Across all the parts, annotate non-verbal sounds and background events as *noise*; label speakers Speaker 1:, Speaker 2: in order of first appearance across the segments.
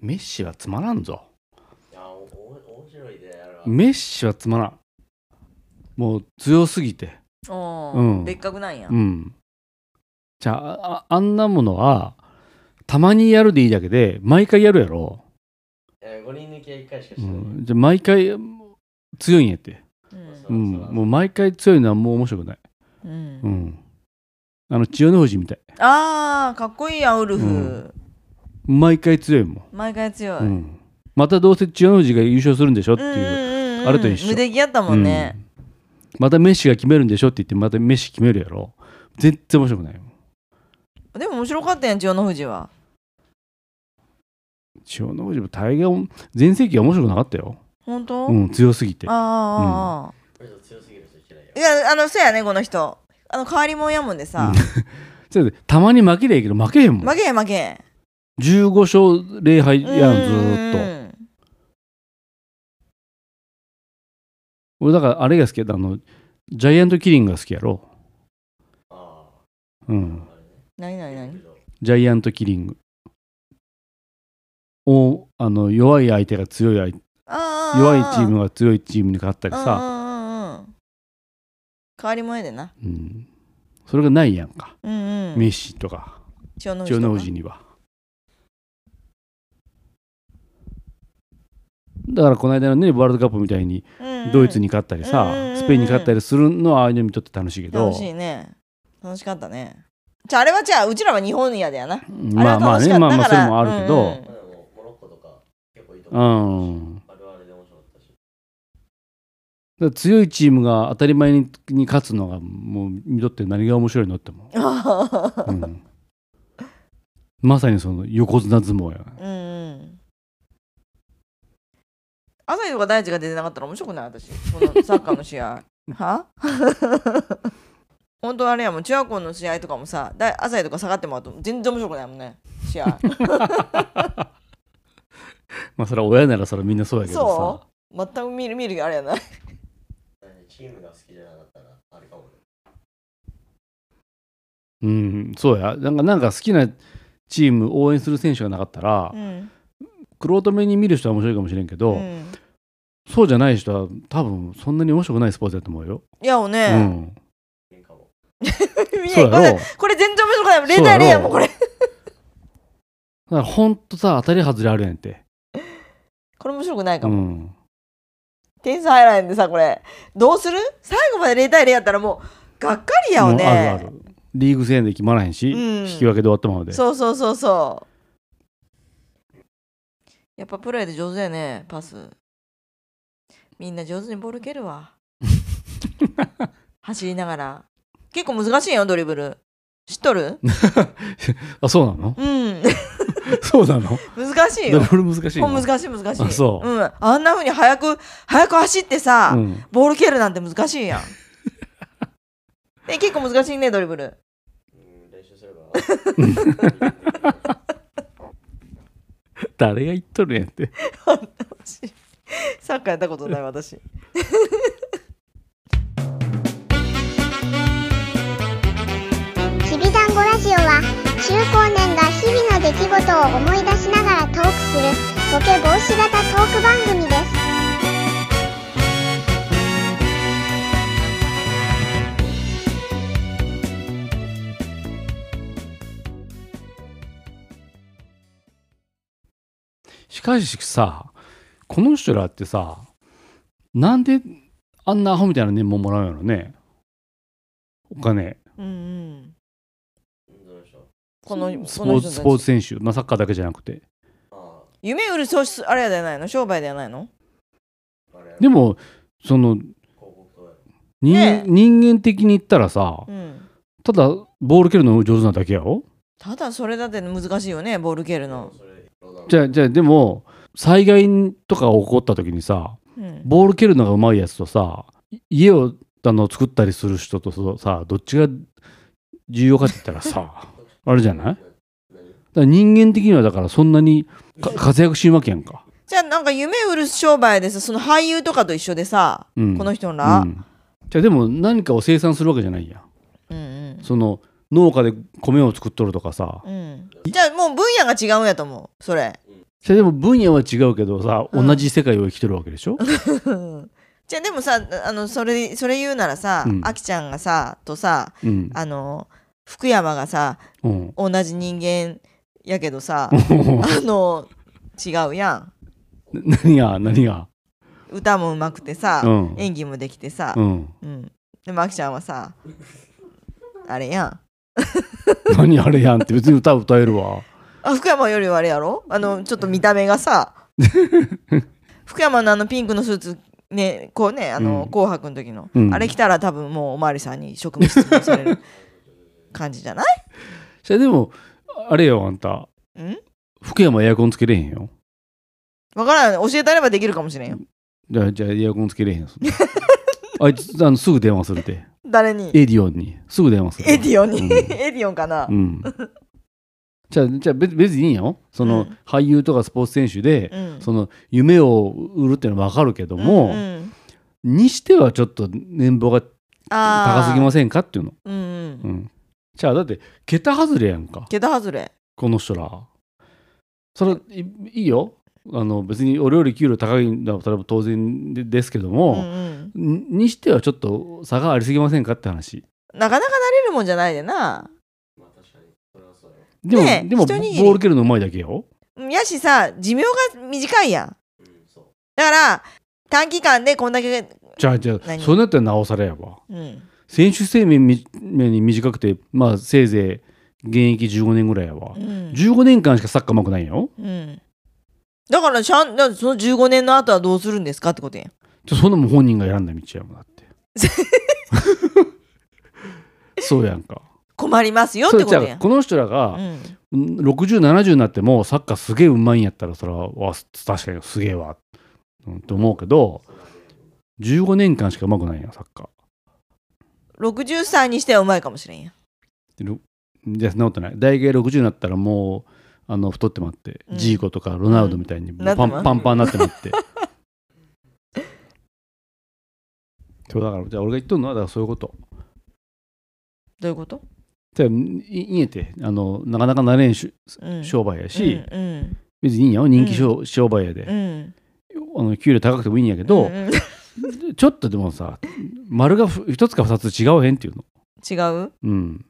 Speaker 1: メッシはつまらんぞ
Speaker 2: いやおお面白いであれは
Speaker 1: メッシはつまらんもう強すぎて
Speaker 3: お
Speaker 1: うん
Speaker 3: ー別格なんや
Speaker 1: う。んじゃあああんなものはたまにやるでいいだけで毎回やるやろ、
Speaker 2: えー五人抜きは一回しかし
Speaker 1: う
Speaker 2: てない、
Speaker 1: ん、じゃあ毎回強いんやって、
Speaker 3: うん
Speaker 1: うん、
Speaker 2: そうそう
Speaker 1: もう毎回強いのはもう面白くない、
Speaker 3: うん
Speaker 1: うん、あの千代の富士みたい
Speaker 3: あーかっこいいやウルフ、
Speaker 1: うん毎回強いもん
Speaker 3: 毎回強い、
Speaker 1: う、ん、またどうせ千代の富士が優勝するんでしょっていう、
Speaker 3: んんん
Speaker 1: あれと一緒
Speaker 3: 無敵やったもんね、
Speaker 1: うんまたメッシが決めるんでしょって言ってまたメッシ決めるやろ全然面白くないもん
Speaker 3: でも面白かったやん千代の富士は
Speaker 1: 千代の富士も大概全盛期は面白くなかったよ、
Speaker 3: 本当、
Speaker 1: うん、強すぎて
Speaker 3: ああああ、
Speaker 2: これ以上強すぎる人嫌いよ
Speaker 3: いやあのそうやねこの人あの変わりもんやもんでさ、
Speaker 1: そうやでたまに負けりゃいいけど負けへんもん
Speaker 3: 負けへん負けへん
Speaker 1: 15勝0敗
Speaker 3: うん
Speaker 1: やんずーっと俺だからあれが好きやったあのジャイアントキリングが好きやろ、
Speaker 2: あ
Speaker 1: う
Speaker 2: あ、
Speaker 1: ん、
Speaker 2: あれね
Speaker 3: 何何
Speaker 2: いろ
Speaker 3: 何
Speaker 2: いろ
Speaker 1: ジャイアントキリングおあの弱い相手が強い相手
Speaker 3: ああ
Speaker 1: 弱いチームが強いチームに勝ったりさ、
Speaker 3: さうんうんうん変わりもんやでな
Speaker 1: うん、それがないやんか、
Speaker 3: うんう
Speaker 1: メ
Speaker 3: ん
Speaker 1: ッシとか
Speaker 3: 千代の富
Speaker 1: 千
Speaker 3: 士
Speaker 1: 代
Speaker 3: と
Speaker 1: の
Speaker 3: か
Speaker 1: 富士には。だからこの間のねワールドカップみたいに
Speaker 3: うんうん
Speaker 1: ドイツに勝ったりさ、
Speaker 3: うんうんうんうん
Speaker 1: スペインに勝ったりするのはああいうのにとって楽しいけど
Speaker 3: 楽しいね楽しかったねじゃああれはじゃあうちらは日本やでやな
Speaker 1: うんま
Speaker 3: あれは
Speaker 1: あまあ
Speaker 3: 楽し
Speaker 1: ね
Speaker 3: かったから、
Speaker 1: まあまあそれもあるけど、
Speaker 2: まあでもモロッコとか結構いいと
Speaker 1: う
Speaker 2: 思
Speaker 1: ん
Speaker 2: う
Speaker 1: だか
Speaker 2: あれはあれで面白かったし
Speaker 1: ら強いチームが当たり前にに勝つのがもう見とって何が面白いのっても、う
Speaker 3: うん
Speaker 1: まさにその横綱相撲や
Speaker 3: ん *laughs* うん朝日とか大地が出てなかったら面白くない私このサッカーの
Speaker 1: *laughs*
Speaker 3: 試合は *laughs* 本当あれやもん中学校の試合とかもさだい朝日とか下がってもらうと全然面白くないもんね試
Speaker 1: *laughs*
Speaker 3: 合
Speaker 1: まあそれは親ならそれはみんなそうやけど
Speaker 3: そ全く見る見るあれやない
Speaker 2: なんでチームが好きじゃなかったらあれかもね
Speaker 1: さうんそうやなんかなんか好きなチーム応援する選手がなかったら、
Speaker 3: うん
Speaker 1: くろと目に見る人は面白いかもしれんけど、
Speaker 3: うん
Speaker 1: そうじゃない人は多分そんなに面白くないスポーツやと思うよ、
Speaker 3: いやも
Speaker 1: う
Speaker 3: ね、
Speaker 1: ん、
Speaker 2: いいかも
Speaker 3: *laughs* 見え
Speaker 1: そうやろ
Speaker 3: こ
Speaker 1: だ
Speaker 3: れ
Speaker 1: か
Speaker 3: これ全然面白くないもん0対0やもんこれ
Speaker 1: らほんとさ当たり外れあるやんって、
Speaker 3: これ面白くないうかも、
Speaker 1: ん、
Speaker 3: 点数入らへんでさこれどうする最後まで0対0やったらもうがっかりやよね
Speaker 1: もうあるあるリーグ戦で決まらへんし、
Speaker 3: うん
Speaker 1: 引き分けで終わったままで
Speaker 3: そうそうそうそうやっぱプロやで上手やねパスみんな上手にボール蹴
Speaker 1: *laughs*
Speaker 3: るわ走りながら結構難しいよドリブル知っとる
Speaker 1: *laughs* あそうな
Speaker 3: *laughs*
Speaker 1: の
Speaker 3: うん
Speaker 1: そうなの
Speaker 3: 難しい
Speaker 1: ド
Speaker 3: よ
Speaker 1: リブル難しい
Speaker 3: も
Speaker 1: の
Speaker 3: う難しい難しい
Speaker 1: あそう
Speaker 3: うん、あんな風に早く早く走ってさ、
Speaker 1: うん、
Speaker 3: ボール蹴るなんて難しいやん *laughs* で結構難しいねドリブル
Speaker 2: うん練習すれ
Speaker 1: *laughs*
Speaker 2: ば
Speaker 1: 誰が言っとるやんって
Speaker 3: 私サッカーやったことない私
Speaker 4: きびだんごラジオは中高年が日々の出来事を思い出しながらトークするボケ防止型トーク番組です
Speaker 1: しかしさこの人らってさなんであんなアホみたいな年ももらうんやろねお金
Speaker 3: うんうん
Speaker 2: どうでしょう
Speaker 3: このこの
Speaker 1: スポー
Speaker 3: 人
Speaker 1: ツ
Speaker 3: たち
Speaker 1: スポーツ選手、まあ、サッカーだけじゃなくて
Speaker 2: あ
Speaker 3: 夢売る喪失あれじゃないの商売ではないの
Speaker 2: ああれや
Speaker 1: でもその
Speaker 2: 広告塔やろ
Speaker 1: 人,、
Speaker 3: ねえ
Speaker 1: 人間的に言ったらさ
Speaker 3: うん
Speaker 1: ただボール蹴るの上手なだけやろ
Speaker 3: ただそれだって難しいよねボール蹴るの、
Speaker 2: それどうだろう
Speaker 1: じゃあじゃあでも災害とかが起こった時にさ
Speaker 3: うん、
Speaker 1: ボール蹴るのがうまいやつとさい家をあの作ったりする人とそさどっちが重要かって言ったら
Speaker 3: *laughs*
Speaker 1: さあれじゃないだか
Speaker 2: 何
Speaker 1: ら人間的にはだからそんなにか活躍しんわけやんか、
Speaker 3: じゃあなんか夢売る商売でさその俳優とかと一緒でさ、
Speaker 1: うん、
Speaker 3: この人ら
Speaker 1: う、んじゃあでも何かを生産するわけじゃないやん
Speaker 3: うん、うん
Speaker 1: その農家で米を作っとるとかさ
Speaker 3: うんじゃあもう分野が違うんやと思うそれ *laughs*
Speaker 1: それでも分野は違うけどさ、
Speaker 3: うん
Speaker 1: 同じ世界を生きてるわけでしょ、
Speaker 3: じゃあでもさあのそれそれ言うならさ、
Speaker 1: うん
Speaker 3: あきちゃんがさとさ
Speaker 1: うん
Speaker 3: あの福山がさ
Speaker 1: うん、
Speaker 3: 同じ人間やけ
Speaker 1: *laughs*
Speaker 3: どさあの違うやん
Speaker 1: 何が何が
Speaker 3: 歌もうまくてさ、
Speaker 1: うん
Speaker 3: 演技もできてさ
Speaker 1: う、ん
Speaker 3: うんでもあきちゃんはさあれやん
Speaker 1: 何あれやんって別に歌歌えるわ
Speaker 3: あ福山よりはあれやろあのちょっと見た目
Speaker 1: *laughs*
Speaker 3: がさ福山のあのピンクのスーツねこうねあの、
Speaker 1: うん
Speaker 3: 紅白の時の、
Speaker 1: うん
Speaker 3: あれ着たら多分もうおまわりさんに職務質問される感じじゃない
Speaker 1: それでもあれよあんた
Speaker 3: ん
Speaker 1: 福山エアコンつけれへんよ
Speaker 3: わからない教えてあればできるかもしれんよ
Speaker 1: じゃあじゃあエアコンつけれへんよそ
Speaker 3: *laughs*
Speaker 1: んなあいつあのすぐ電話するで
Speaker 3: 誰に
Speaker 1: エディオンにすぐ電話する
Speaker 3: エディオンに、
Speaker 1: うん
Speaker 3: *laughs* エディオンかな、
Speaker 1: うんじゃあじゃあ別別にいいんよその、
Speaker 3: うん
Speaker 1: 俳優とかスポーツ選手で、
Speaker 3: うん
Speaker 1: その夢を売るっていうのは分かるけど
Speaker 3: うんう
Speaker 1: も、
Speaker 3: ん
Speaker 1: にしてはちょっと年俸が
Speaker 3: あー
Speaker 1: 高すぎませんかっていうの、
Speaker 3: うんうん
Speaker 1: うん、じゃあだって桁外れやんか
Speaker 3: 桁外れ
Speaker 1: この人らそれいいいよあの別にお料理給料高いんだったら当然でですけど
Speaker 3: うん
Speaker 1: も、
Speaker 3: うん
Speaker 1: ににしてはちょっと差がありすぎませんかって話
Speaker 3: なかなかなれるもんじゃないでな
Speaker 2: まあ確かに。それはそうよ。
Speaker 1: でも、
Speaker 3: ねえ
Speaker 1: でもボ
Speaker 3: 一握り
Speaker 1: ール蹴るのうまいだけよ
Speaker 3: うんやしさ寿命が短いやん
Speaker 2: うん、そう。
Speaker 3: だから短期間でこんだけ
Speaker 1: じゃあじゃあ
Speaker 3: 何
Speaker 1: そうなったらなおさらやわ
Speaker 3: うん
Speaker 1: 選手生命みに短くてまあせいぜい現役15年ぐらいやわ、
Speaker 3: うん、
Speaker 1: 15年間しかサッカーうまくないよ
Speaker 3: うん、だからしゃんだからその15年の後はどうするんですかってことやん
Speaker 1: じゃあそんなもん本人が選んだ道やもんだって
Speaker 3: *laughs*
Speaker 1: そうやんか
Speaker 3: 困りますよっ
Speaker 1: そ
Speaker 3: て
Speaker 1: れ
Speaker 3: こ
Speaker 1: じ
Speaker 3: と
Speaker 1: ゃ
Speaker 3: や
Speaker 1: あ
Speaker 3: ん
Speaker 1: この人らが
Speaker 3: う、ん
Speaker 1: 6070になってもサッカーすげえうまいんやったらそれはわ確かにすげえわ、うん、と思うけど15年間しかうまくないやんサッカ
Speaker 3: 60歳にしてはうまいかもしれんやん
Speaker 1: ーでろじゃあそんなことない大芸60になったらもうあの太ってまって、
Speaker 3: うん
Speaker 1: ジーコとかロナウドみたいに
Speaker 3: ん
Speaker 1: パン,、
Speaker 3: なってま
Speaker 1: パンパンになってまって *laughs* そうだからじゃあ俺が言っとるのはだからそういうこと
Speaker 3: どういうこと、
Speaker 1: じゃあいいえてあのなかなかなれんし
Speaker 3: うん、
Speaker 1: 商売やし、
Speaker 3: うんうん
Speaker 1: 別にいいんやよ人気商,、商売やで、
Speaker 3: うん
Speaker 1: あの給料高くてもいいんやけど、
Speaker 3: うんうん
Speaker 1: ちょっとでもさ、丸がふ一つか二つ違うへんっていうの。
Speaker 3: 違う
Speaker 1: うん。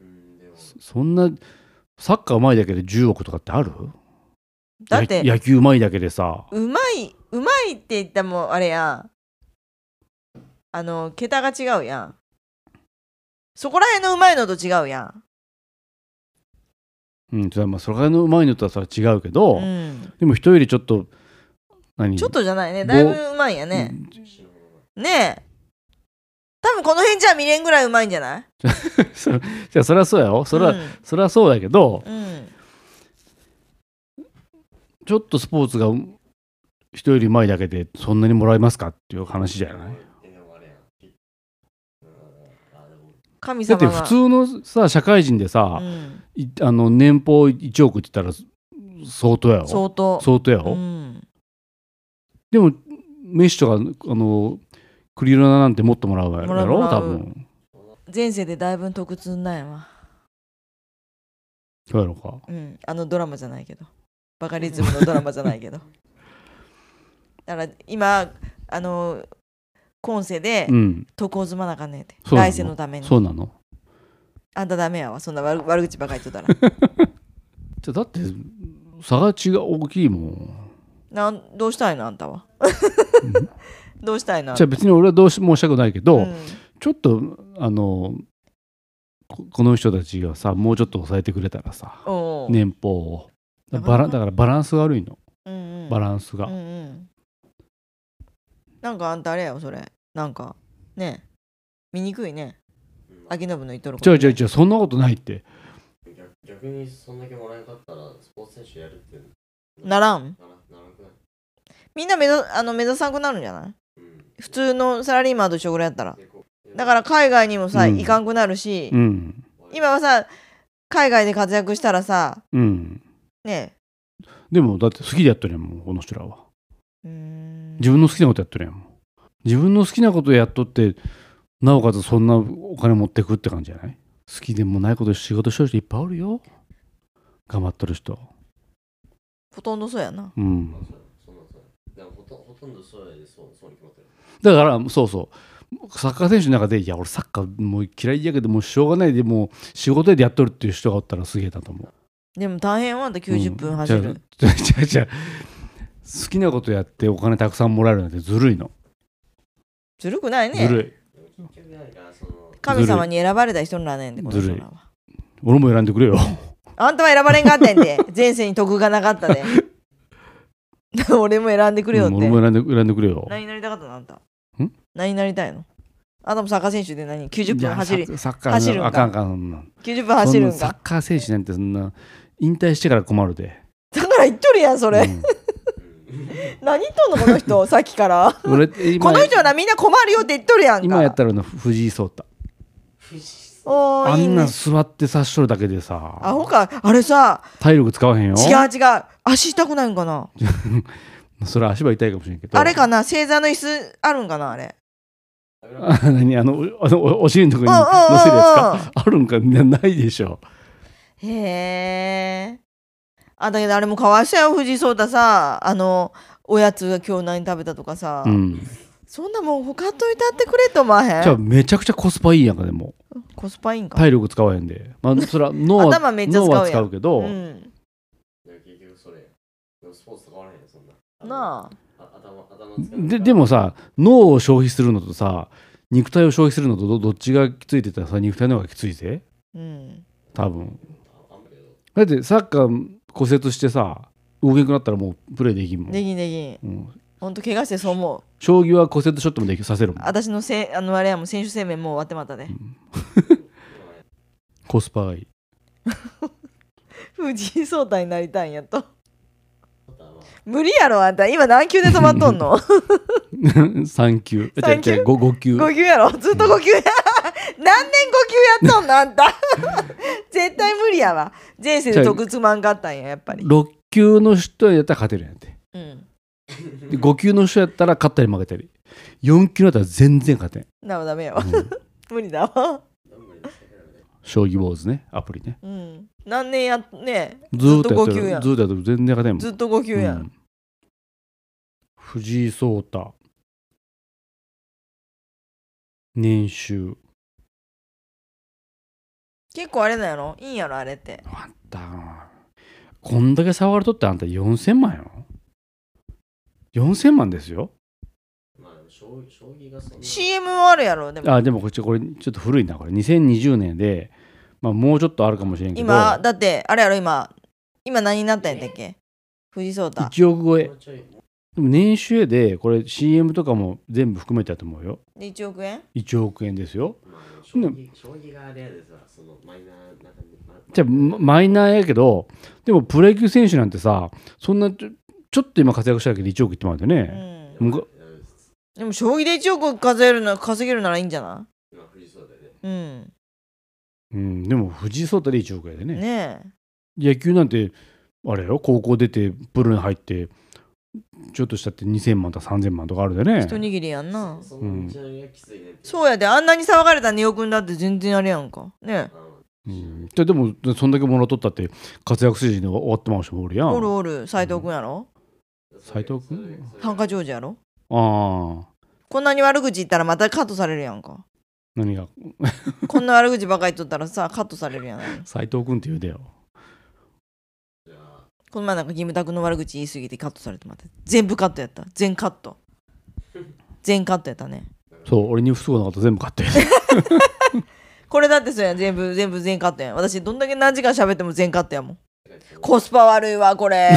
Speaker 2: うん、でも、そ
Speaker 1: そんな、サッカーうまいだけで10億とかってある
Speaker 3: だって
Speaker 1: や野球うまいだけでさ。
Speaker 3: うまいうまいって言ったらもうあれやんあの桁が違うやんそこら辺のうまいのと違うやん
Speaker 1: うん、それはまあ、それからいのうまいのとはそれは違うけど、
Speaker 3: うん、
Speaker 1: でも人よりちょっと、何
Speaker 3: ちょっ
Speaker 1: と
Speaker 3: とじゃないねだいぶうまいんやね、
Speaker 2: 死ぬほどうまい
Speaker 3: ねえ多分この辺じゃ見れんぐらいうまいんじゃない
Speaker 1: それじゃあそれはそうやよ。それは、
Speaker 3: うん
Speaker 1: それはそうだけど、
Speaker 3: うん
Speaker 1: ちょっとスポーツがう人よりうまいだけでそんなにもらえますかっていう話じゃない
Speaker 2: え、でもあれやん。うん、あ、でも、
Speaker 3: 神
Speaker 1: だっ
Speaker 3: 様
Speaker 1: て
Speaker 3: が
Speaker 1: 普通のさ、社会人でさ、
Speaker 3: うん、
Speaker 1: いあの年俸1億って言ったら相当やろ
Speaker 3: 相当
Speaker 1: 相当やろ、
Speaker 3: うん、
Speaker 1: でもメッシとかあのクリロナなんてもっともらうや
Speaker 3: もらう
Speaker 1: ろ
Speaker 3: もら
Speaker 1: 多
Speaker 3: う
Speaker 1: 分
Speaker 3: 前世でだいぶ特通なんやわ、
Speaker 1: そうやろか
Speaker 3: うん、あのドラマじゃないけどバカリズムのドラマじゃな
Speaker 1: *laughs*
Speaker 3: いけどだから今あの今世で
Speaker 1: うん
Speaker 3: 徳を積まなあかんねんて、
Speaker 1: そうなの
Speaker 3: 来世のために
Speaker 1: そうなの
Speaker 3: あんたダメやわそんな悪悪口ばかり言っとった
Speaker 1: *laughs* じゃだって差が違う大きいもん
Speaker 3: らなんどうしたいのあんたは *laughs* どうしたいのあん
Speaker 1: じ
Speaker 3: た
Speaker 1: ゃあ別に俺はどうし申し訳ないけど、
Speaker 3: うん
Speaker 1: ちょっとあのここの人たちがさもうちょっと抑えてくれたらさ
Speaker 3: おう
Speaker 1: 年俸を
Speaker 3: な
Speaker 1: バ
Speaker 3: かなか
Speaker 1: ラだからバランスが悪いの
Speaker 3: うんうん
Speaker 1: バランスが、
Speaker 3: うんうん、なんかあんたあれやよそれなんかね見にくいね
Speaker 2: うん
Speaker 3: 秋信の言っとるこ
Speaker 1: ち
Speaker 3: と
Speaker 1: ょ
Speaker 3: ね
Speaker 1: いちょいちょいそんなことないって
Speaker 2: 逆逆にそんだけもらえなかったら、スポーツ選手やるって
Speaker 3: ならん
Speaker 2: ならならなくない
Speaker 3: みんな目指あの目指さなくなるんじゃない
Speaker 2: うん。
Speaker 3: 普通のサラリーマンと一緒ぐらいやったら
Speaker 2: でこう
Speaker 3: だから、海外にもさ、
Speaker 1: うん
Speaker 3: 行かんくなるし、
Speaker 1: うん
Speaker 3: 今はさ海外で活躍したらさ
Speaker 1: うん
Speaker 3: ね
Speaker 1: でもだって好きでやってるやんもんこの人らは
Speaker 3: うーん
Speaker 1: 自分の好きなことやってるやんもん自分の好きなことやっとってなおかつそんなお金持ってくって感じじゃない好きでもないこと仕事してる人いっぱいおるよ頑張ってる人
Speaker 3: ほとんどそうやな
Speaker 1: うん
Speaker 2: まあ、そうそんなんそうやでもほとほとんどそうやでそうそうに決まってる
Speaker 1: だからそうそうサッカー選手の中でいや俺サッカーもう嫌いやけどもうしょうがないでもう仕事でやっとるっていう人がおったらすげえだと思う
Speaker 3: でも大変はあんた90分走る、
Speaker 1: うんじゃあじゃあじゃあ好きなことやってお金たくさんもらえるなんてずるいの、
Speaker 3: ずるくない
Speaker 1: ず
Speaker 3: ね
Speaker 1: るい
Speaker 2: でも結局なんかその
Speaker 3: 神様に選ばれた人らねんでこの人
Speaker 1: ずる
Speaker 3: らは
Speaker 1: 俺も選んでくれよ
Speaker 3: あんたは選ばれんかった
Speaker 1: *laughs*
Speaker 3: んやで前世に徳がなかったで *laughs* 俺も選んでくれよっ
Speaker 1: う
Speaker 3: て
Speaker 1: ん俺も選んで選んでくれよ
Speaker 3: 何になりたかったのあんた
Speaker 1: ん
Speaker 3: 何になりたいのあんたもサッカー選手で何90
Speaker 1: い
Speaker 3: 分
Speaker 1: や
Speaker 3: 走り
Speaker 1: サッサッカー
Speaker 3: 走るんか
Speaker 1: あかんあかんそんなん
Speaker 3: 90分走るん
Speaker 1: そんなサ
Speaker 3: か
Speaker 1: ッカー選手なんてそんな引退してから困るで
Speaker 3: だから言っとるやんそれ、
Speaker 1: うん
Speaker 3: 何言っとんのこ
Speaker 1: *laughs*
Speaker 3: の人さっきから
Speaker 1: 俺
Speaker 3: こ
Speaker 1: 今
Speaker 3: の人はなみんな困るよって言っとるやんか
Speaker 1: 今やったらの藤井聡太
Speaker 3: おー
Speaker 1: あ
Speaker 3: いい
Speaker 1: ん
Speaker 3: ね
Speaker 1: な座って察しとるだけで
Speaker 3: ア
Speaker 1: さ
Speaker 3: ホかあれさ
Speaker 1: 体力使わへんよ
Speaker 3: 違う違う足痛くないんかな
Speaker 1: それ足場痛いかもしれんけど
Speaker 3: あれかな星座の椅子あるんかなあれ
Speaker 1: あ *laughs* 何あのおあのおお尻のとこに
Speaker 3: うんうんうんうん
Speaker 1: 乗せるやつかあるんかなないでしょ
Speaker 3: へえあだけどあれもかわいそうやよ藤井聡太さあのおやつが今日何食べたとかさ、
Speaker 1: うん
Speaker 3: そんなもん他といたってくれと思わへ
Speaker 1: じゃあ
Speaker 3: ん
Speaker 1: めちゃくちゃコスパいいやんかでも
Speaker 3: コスパいいんか
Speaker 1: 体力使わへんでまあそれは脳は
Speaker 3: 頭めっちゃ使う
Speaker 1: 脳
Speaker 3: やん
Speaker 1: は使うけど、
Speaker 3: うん
Speaker 2: でも結局それやでもスポーツと変わらへんよそんな
Speaker 3: なあ
Speaker 2: あ頭頭使う
Speaker 1: ででもさ脳を消費するのとさ肉体を消費するのとどどっちがきついって言ったらさ肉体の方がきついぜ
Speaker 3: うん
Speaker 1: 多分
Speaker 2: ああんまりやろ
Speaker 1: だってサッカー骨折してさ動けなくなったらもうプレーできんもん、
Speaker 3: できんできん
Speaker 1: うん
Speaker 3: ほんと怪我してそう思う
Speaker 1: 将棋は骨折ショットもできさせるもん
Speaker 3: 私のせいあのあれやもん選手生命もう終わってまったで、
Speaker 1: コスパがいい *laughs*
Speaker 3: 藤井聡太になりたいんやと
Speaker 2: またまあ
Speaker 3: 無理やろあんた今何級で止まっとんの
Speaker 1: 3級じゃ
Speaker 3: 三級
Speaker 1: じゃ5 5級
Speaker 3: 5級やろずっと5級や何年5級やっとんのあんた *laughs* 絶対無理やわ前世で得つまんかったんややっぱり
Speaker 1: 6級の人やったら勝てるんやって
Speaker 3: うん
Speaker 1: で5級の人やったら勝ったり負けたり4級だったら全然勝てん、
Speaker 3: なおダメやわ *laughs*
Speaker 1: うん
Speaker 3: 無理だわ
Speaker 2: あんまりですね
Speaker 1: 将棋ウォーズねアプリね
Speaker 3: うん何年やっね
Speaker 1: ずーっとやって
Speaker 3: ずっと五級
Speaker 1: る
Speaker 3: やん
Speaker 1: ずーっとやってる全然勝てんもん
Speaker 3: ずっと5級や、
Speaker 1: うんん藤井聡太年収
Speaker 3: 結構あれなんやろいいんやろあれって
Speaker 1: あんたこんだけ触るとってあんた4000万よ4000万ですよ
Speaker 2: まあでも将棋将棋がそんな
Speaker 3: CM もあるやろでも
Speaker 1: あでもこっちこれちょっと古いなこれ2020年で、まあ、もうちょっとあるかもしれんけど
Speaker 3: 今だってあれやろ今今何になったんやったっけ藤井聡太
Speaker 1: 1億超え
Speaker 2: もうちょいも
Speaker 1: でも年収でこれ CM とかも全部含めてだと思うよ
Speaker 3: で1億円
Speaker 1: 1億円ですよ
Speaker 2: うまあでも将棋将棋があれやでさそのマイナーな感じま
Speaker 1: じゃあママイナーやけどでもプロ野球選手なんてさそんなちょちょっと今活躍しただけで1億いってもらうんだよ
Speaker 3: う
Speaker 1: ね、
Speaker 3: ん
Speaker 1: 向こ
Speaker 2: うん
Speaker 3: でも将棋で1億稼げるな稼げるならいいんじゃな
Speaker 2: 今藤井聡太で
Speaker 3: いうん
Speaker 1: うん、でも藤井聡太で1億円でね
Speaker 3: ねえ
Speaker 1: 野球なんてあれよ高校出てプロに入ってちょっとしたって2000万とか3000万とかあるでね
Speaker 3: 一握りやんな
Speaker 2: そその道のりがきついねって
Speaker 3: そうやであんなに騒がれたネオくんだって全然あれやんかね
Speaker 2: あの
Speaker 1: うん、じゃあでもそんだけもらっとったって活躍筋で終わってまう人もおるや
Speaker 3: え
Speaker 1: ん
Speaker 3: おるおる斎藤くんやろ
Speaker 1: 斉藤君
Speaker 2: それそれ
Speaker 3: ハンカジョージやろ
Speaker 1: ああ
Speaker 3: こんなに悪口言ったらまたカットされるやんか
Speaker 1: 何が
Speaker 3: こんな悪口ばっかり言っとったらさ *laughs* カットされるやん
Speaker 1: 斎藤君って言うでよ
Speaker 2: じゃあ
Speaker 3: この前なんか義務宅の悪口言いすぎてカットされてまって全部カットやった全カット全カットやったね
Speaker 1: そう俺に不都合なこと全部買って *laughs*
Speaker 3: これだってそうやん全部全部全カットやん私どんだけ何時間喋っても全カットやもんコスパ悪いわこれ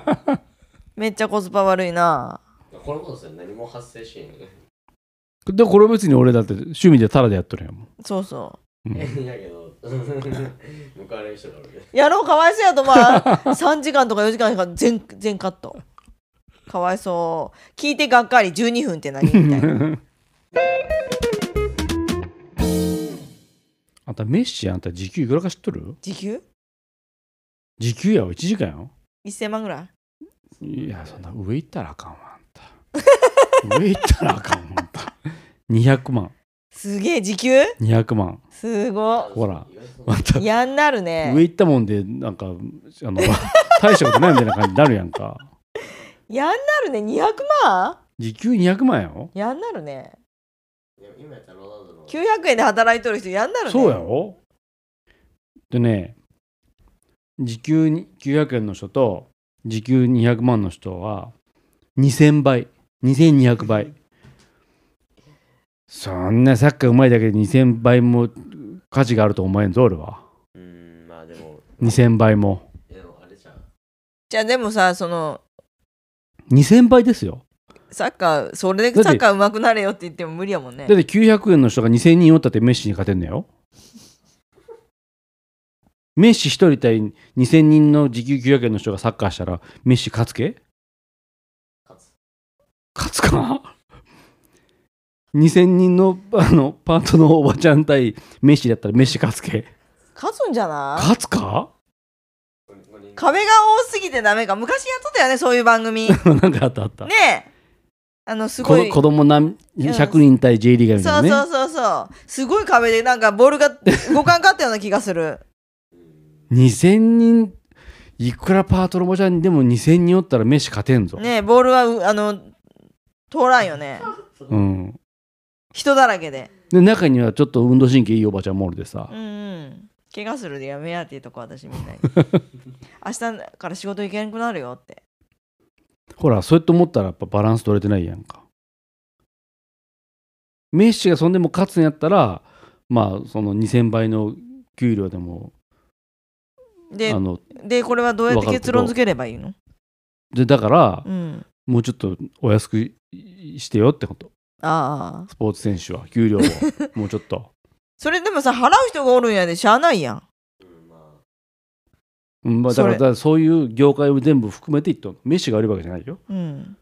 Speaker 3: *laughs* めっちゃコスパ悪いな
Speaker 2: これこそですよ何も発生しへんよね
Speaker 1: でもこれ別に俺だって趣味でタダでやっとるやんもん
Speaker 3: そうそ
Speaker 2: やけど向かわれる人がおるけど
Speaker 3: うやろうかわいそう *laughs* やとまあ3時間とか4時間しか全全カットかわいそう聞いてがっかり12分って何みたい
Speaker 1: *laughs*
Speaker 3: な
Speaker 1: あんたメッシあんた時給いくらか知っとる
Speaker 3: 時給
Speaker 1: 時給やわ1時間よ
Speaker 3: 1000万ぐらい
Speaker 1: いやそんな
Speaker 3: *laughs*
Speaker 1: 上行ったらあかんわあんた上行ったらあかんわあんた200万
Speaker 3: すげえ時給
Speaker 1: 200万
Speaker 3: すご
Speaker 1: ほら
Speaker 2: 意外と
Speaker 1: また
Speaker 3: っ嫌になるね
Speaker 1: 上行ったもんでなんかあの大したことないみたいな感じになるやんか
Speaker 3: 嫌になるね200万
Speaker 1: 時給200万やろ
Speaker 3: 嫌になるね
Speaker 2: いや今やったらロナウドの
Speaker 3: 900円で働いとる人嫌になるね
Speaker 1: そうやろでね時給に900円の人と時給200万の人は2000倍2200倍そんなサッカーうまいだけで2000倍も価値があると思えんぞ俺は
Speaker 2: うーんまあでも
Speaker 1: 2000倍も
Speaker 2: でもあれじゃん
Speaker 3: じゃあでもさその
Speaker 1: 2000倍ですよ
Speaker 3: サッカーそれ
Speaker 1: だ
Speaker 3: で
Speaker 1: って
Speaker 3: サッカー上手くなれよって言っても無理やもんね
Speaker 1: だって900円の人が2000人おったってメッシに勝てんのよメッシ1人対2000人の時給900円の人がサッカーしたらメッシ勝つけ
Speaker 2: 勝つ
Speaker 1: 勝つかな2000人のあのパートのおばちゃん対メッシだったらメッシ勝つけ
Speaker 3: 勝つんじゃない
Speaker 1: 勝つか
Speaker 2: これこれ
Speaker 3: 壁が多すぎてダメか昔やっとったよねそういう
Speaker 1: *laughs*
Speaker 3: 番組ね
Speaker 1: *laughs* なんかあったあった、
Speaker 3: えあのす
Speaker 1: こ
Speaker 3: ごい
Speaker 1: 子供何100人対 J リーガーみた
Speaker 3: そ
Speaker 1: いうな
Speaker 3: そ
Speaker 1: ね
Speaker 3: うそうそうすごい壁でなんかボールが動かんかったような気がする
Speaker 1: 2000人いくらパートのおばちゃんでも2000人おったらメッシ勝てんぞ、
Speaker 3: ねえボールはうあの通らんよね
Speaker 1: うん
Speaker 3: 人だらけで
Speaker 1: で中にはちょっと運動神経いいおばちゃんもおるでさ
Speaker 3: うん、うん怪我するでやめやっていうとこ私み
Speaker 1: *laughs*
Speaker 3: たいに明日から仕事行けなくなるよって
Speaker 1: ほらそうやって思ったらやっぱバランス取れてないやんかメッシがそんでも勝つんやったらまあその2000倍の給料でも
Speaker 3: で
Speaker 1: あの
Speaker 3: でこれはどうやって
Speaker 1: わかるけど
Speaker 3: 結論付ければいいの
Speaker 1: でだから
Speaker 3: うん
Speaker 1: もうちょっとお安くしてよってこと
Speaker 3: ああ
Speaker 1: スポーツ選手は給
Speaker 3: *laughs*
Speaker 1: 料をもうちょっと、
Speaker 3: それでもさ払う人がおるんやでしゃあないやん
Speaker 2: うんま
Speaker 1: うんまあ、だから
Speaker 3: それ
Speaker 1: だからそういう業界を全部含めていっとんメッシが悪いわけじゃないよ
Speaker 3: うん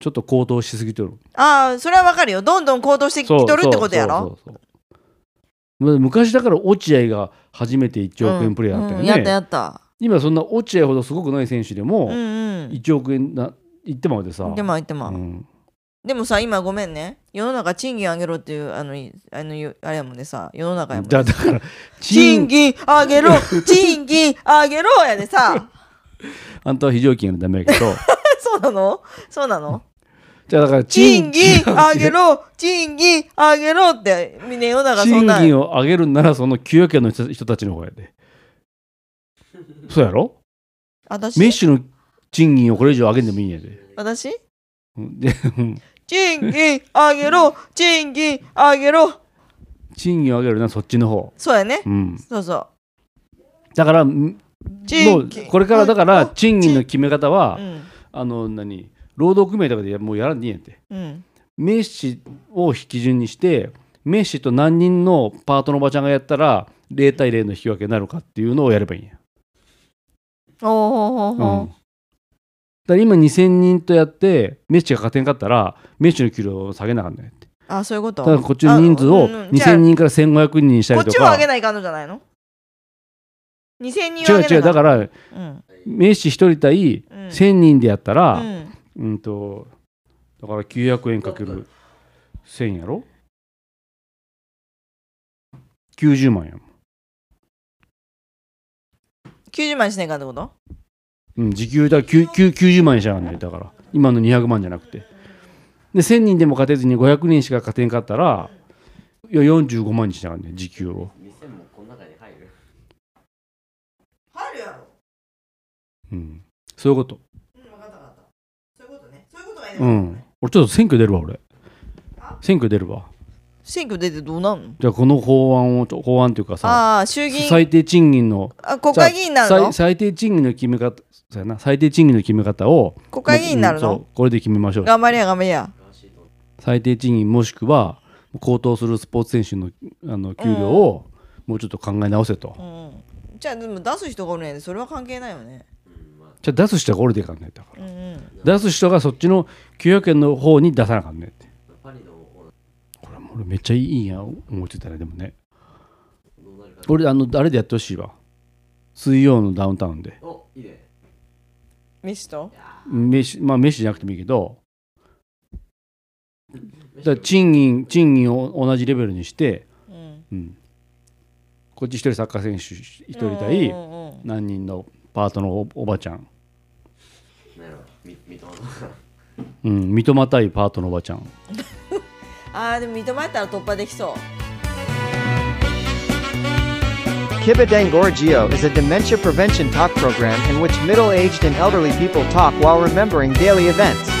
Speaker 1: ちょっと高騰しすぎてる
Speaker 3: ああそれはわかるよどんどん行動してきとるってことやろ
Speaker 1: そうそうそうそうまあ昔だから落合が初めて1億円プレーだったよ
Speaker 3: うんうん
Speaker 1: ね、
Speaker 3: やったやった
Speaker 1: 今そんな落合ほどすごくない選手で
Speaker 3: うん
Speaker 1: も
Speaker 3: うん
Speaker 1: 1億円な言ってまうでさ
Speaker 3: でも言ってまう
Speaker 1: うん
Speaker 3: でもさ今ごめんね世の中賃金上げろっていうあのいあのゆあれやもんねさ世の中やもんね
Speaker 1: だだから
Speaker 3: 賃金上げろ *laughs* 賃金上げろやでさ *laughs*
Speaker 1: あんたは非常勤やのダメやけど
Speaker 3: そうなのそうなの
Speaker 1: じゃあだから
Speaker 3: 賃金
Speaker 1: 賃金 *laughs*
Speaker 3: 上げろ賃金上げろってみんな世の中そん
Speaker 1: 賃
Speaker 3: な
Speaker 1: 金を上げるんならその給与権の人人たちの方やでそうや
Speaker 3: *laughs*
Speaker 1: ろメッ
Speaker 3: 私
Speaker 1: シュの賃金をこれ以上上げんでもいいんやで
Speaker 3: 私
Speaker 1: うんでうん
Speaker 3: 賃金上げろ賃金上げろ
Speaker 1: 賃金を上げるならそっちの方、
Speaker 3: そうやね
Speaker 1: うん、
Speaker 3: そうそう
Speaker 1: だからんも
Speaker 3: 賃
Speaker 1: う
Speaker 3: 金
Speaker 1: これからだか
Speaker 3: う
Speaker 1: ら
Speaker 3: ん
Speaker 1: 賃金の決め方は、
Speaker 3: うん
Speaker 1: あの何労働組合とかでやもうやらんでいいんやって
Speaker 3: うん
Speaker 1: メッシを基準にしてメッシと何人のパートのおばちゃんがやったら0対0の引き分けになるかっていうのをやればいいんや、
Speaker 3: おーほー
Speaker 1: うん、
Speaker 3: ほー
Speaker 1: だ
Speaker 3: ほ
Speaker 1: から今2000人とやってメッシが勝てんかったらメッシの給料を下げなあかんのやって
Speaker 3: ーあそういうこと
Speaker 1: ただこっちの人数を
Speaker 3: あうんうんじゃあ
Speaker 1: 2000人から1500人にしたり
Speaker 3: こっ
Speaker 1: と
Speaker 3: ちを上
Speaker 1: か
Speaker 3: げないかんのじゃないの ?2000
Speaker 1: 違
Speaker 3: 人は
Speaker 1: う違
Speaker 3: 上げ
Speaker 1: う
Speaker 3: な
Speaker 1: だ
Speaker 3: いかんの
Speaker 1: から
Speaker 3: うん
Speaker 1: メッシ1人対
Speaker 3: うん
Speaker 1: 1000人でやった
Speaker 3: う
Speaker 1: ら
Speaker 3: ん
Speaker 1: うんとだから900円かける1000やろ90万やもん
Speaker 3: 90万にしないかんってこと
Speaker 1: うん、時給だきゅきゅ90万円しか上がんないだから今の200万じゃなくてで1000人でも勝てずに500人しか勝てんかったらいや45万にしなあかんねん時給を
Speaker 2: あ、店もこの中に入る
Speaker 3: 入るやろ。
Speaker 1: うん、そういうこと
Speaker 3: うん、分かった分かった。そういうことね。そういうことがいい
Speaker 1: うん。俺ちょっと選挙出るわ俺選挙出るわ
Speaker 3: 選挙出てどうなんの
Speaker 1: じゃあこの法案をちょ法案というかさ
Speaker 3: ああ、衆議院、
Speaker 1: 最低賃金の
Speaker 3: あ国会議員になるの
Speaker 1: 最最低賃金の決め方そうやな最低賃金の決め方を
Speaker 3: 国会議員になる
Speaker 1: うん
Speaker 3: の
Speaker 1: そうこれで決めましょう
Speaker 3: 頑張りや頑張りや。
Speaker 2: ガーシーと
Speaker 1: 最低賃金もしくは高騰するスポーツ選手のあの給料をもうちょっと考え直せと、
Speaker 3: うん。じゃあ、でも出す人がおるんやで、それは関係ないよね。
Speaker 2: うんまあ
Speaker 1: じゃあ出す人が俺でいかんねんだか
Speaker 3: うんうん。
Speaker 1: ら出す人がそっちの給与権の方に出さなあかんねんって
Speaker 2: パリのほ
Speaker 1: これもう俺めっちゃいいやん思ってたねでもね
Speaker 2: らどうなるか
Speaker 1: 俺あのあれでやってほしいわ水曜のダウンタウンで
Speaker 2: おいいね
Speaker 3: ミスト
Speaker 1: 飯まあ飯じゃなくてもいいけどだから賃金賃金を同じレベルにして、
Speaker 3: うん
Speaker 1: うん、こっち一人サッカー選手一人
Speaker 3: う
Speaker 1: 対
Speaker 3: んうんうん
Speaker 1: 何人のパートのおおばちゃん、
Speaker 2: なんやろみ三笘の
Speaker 1: うん、三笘対パートのおばちゃん
Speaker 3: あーでも認めたら突破できそう
Speaker 5: Kibidang Orgio is a dementia prevention talk program in which middle aged and elderly people talk while remembering daily events.